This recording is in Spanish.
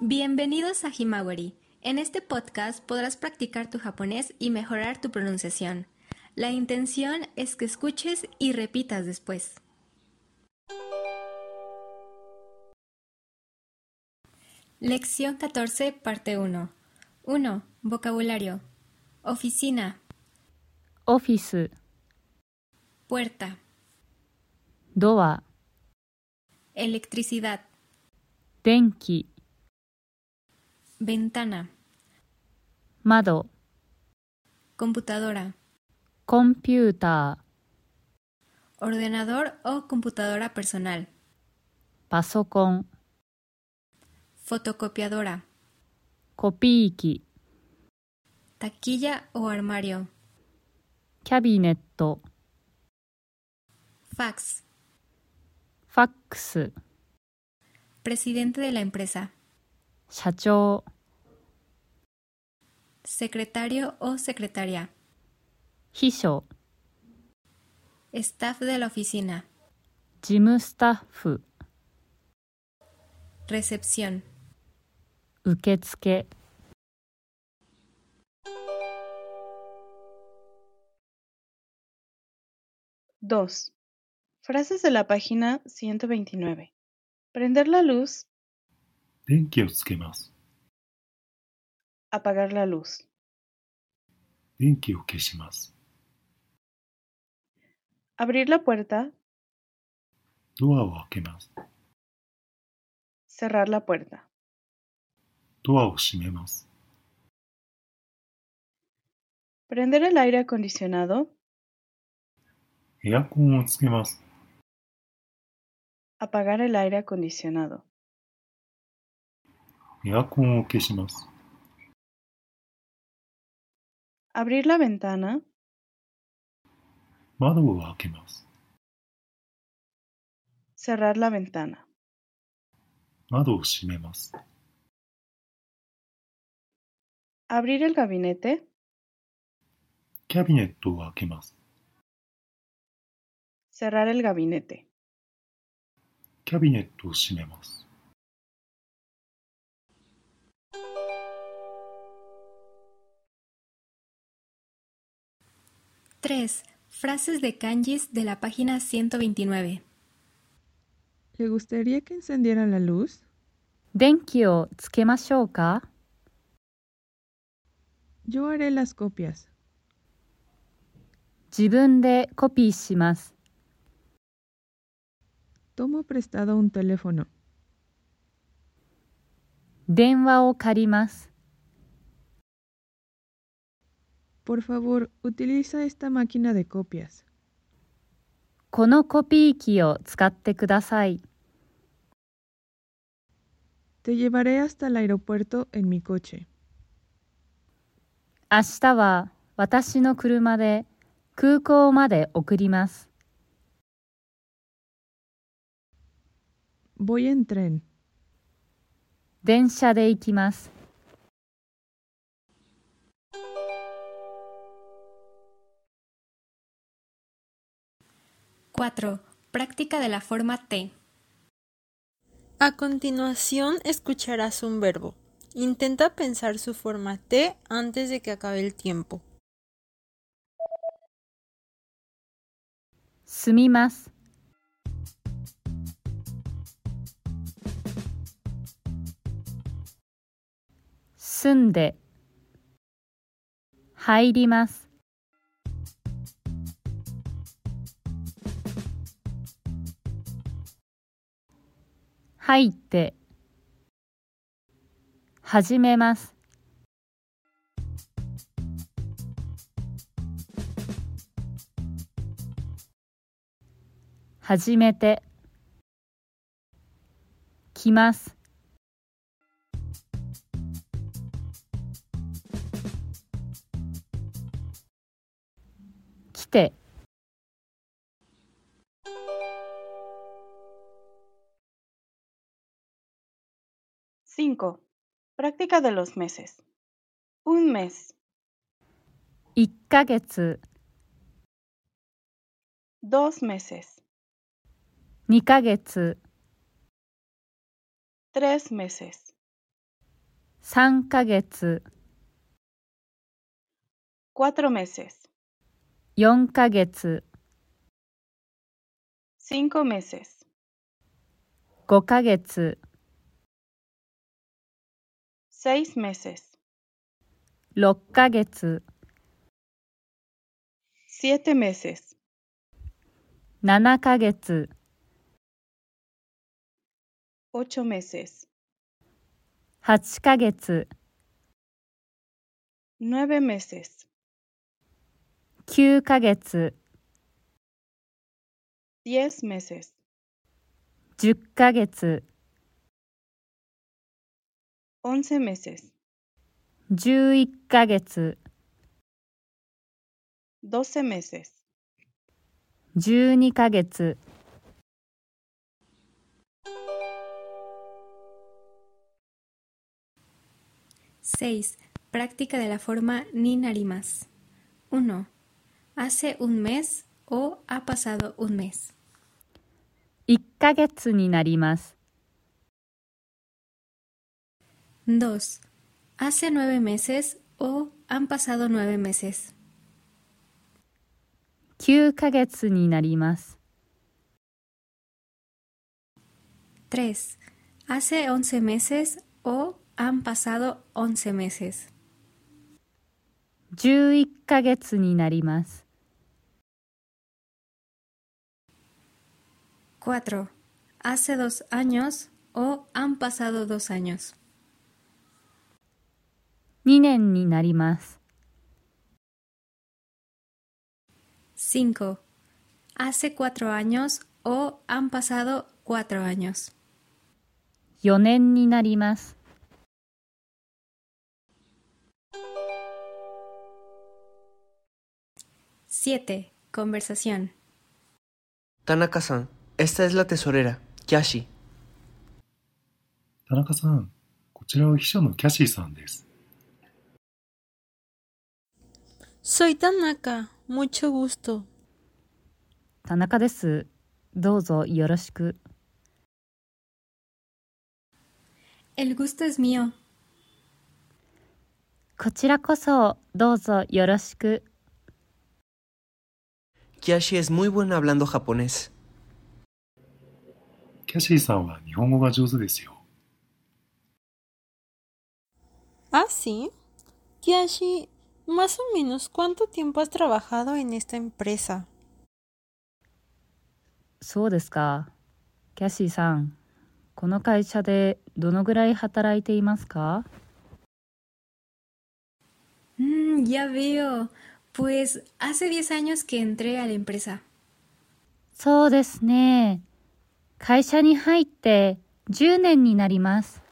Bienvenidos a Himawari. En este podcast podrás practicar tu japonés y mejorar tu pronunciación. La intención es que escuches y repitas después. Lección 14, parte 1. 1. Vocabulario. Oficina. オフィス、 Puerta. ドア、 Electricidad. 電気、 Ventana. 窓、 Computadora. コンピューター、 Ordenador o computadora personal. パソコン、 Fotocopiadora. コピー機、 Taquilla o armario. キャビネット、 Fax. ファックス、 Presidente de la empresa. 社長、 Secretario o secretaria. 秘書、 Staff de la oficina. 事務スタッフ、 Recepción. 受付、 2. Frases de la página 129. Prender la luz, 電気をつけます。 apagar la luz. 電気を消します。 Abrir la puerta, ドアを開けます。 cerrar la puerta. ドアを閉めます。 Prender el aire acondicionado, エアコンをつけます。 apagar el aire acondicionado. エアコンを消します。 Abrir la ventana, 窓を開けます。 cerrar la ventana. 窓を閉めます。 Abrir el gabinete, キャビネットを開けます。 cerrar el gabinete. キャビネットを閉めます。 3. Frases de kanjis de la página 129. ¿Le gustaría que encendiera la luz? 電気をつけましょうか Yo haré las copias. 自分でコピーします。 Tomo prestado un teléfono. 電話を借ります。 Por favor, utiliza esta máquina de copias. このコピー機を使ってください。 Te llevaré hasta el aeropuerto en mi coche. 明日は私の車で空港まで送ります。 Voy en tren. 電車で行きます。 4. Práctica de la forma T. A continuación escucharás un verbo. Intenta pensar su forma T antes de que acabe el tiempo. 住みます。住んで入ります。入って始めます。始めてきます来て 5. Práctica de los meses. Un mes, 1ヶ月 dos meses, 2ヶ月 tres meses, 3ヶ月、 cuatro meses, 4ヶ月、 cinco meses, 5ヶ月、 seis meses, 6ヶ月、 siete meses, 7ヶ月、 ocho meses, 8ヶ月、 nueve meses, 9ヶ月、 diez meses, 10ヶ月、 once meses, 11ヶ月、 doce meses, 12ヶ月、 6. Práctica de la forma ni narimas. 1. Hace un mes o ha pasado un mes. 1ヶ月になります。 2. Hace nueve meses o han pasado nueve meses. 9ヶ月になります。 3. Hace once meses o han pasado once meses. 11ヶ月になります。 4. Hace dos años o han pasado dos años. 2年になります。 5. Hace cuatro años o han pasado cuatro años. 4年になります。 7. Conversación. Tanaka-san, esta es la tesorera, Kyashi. 田中さん、こちらは秘書のキャシーさんです。 Soy Tanaka, mucho gusto. 田中です。どうぞよろしく。 El gusto es mío. こちらこそどうぞよろしく。 Kyashi es muy buena hablando japonés. キャシーさんは日本語が上手ですよ。 Ah, sí. Kiashi, más o menos cuánto tiempo has trabajado en esta empresa. そうですか。キャシーさん、この会社でどのぐらい働いていますか Mm, ya veo. Pues hace 10 años que entré a la empresa. そうですね。会社に入って10年になります。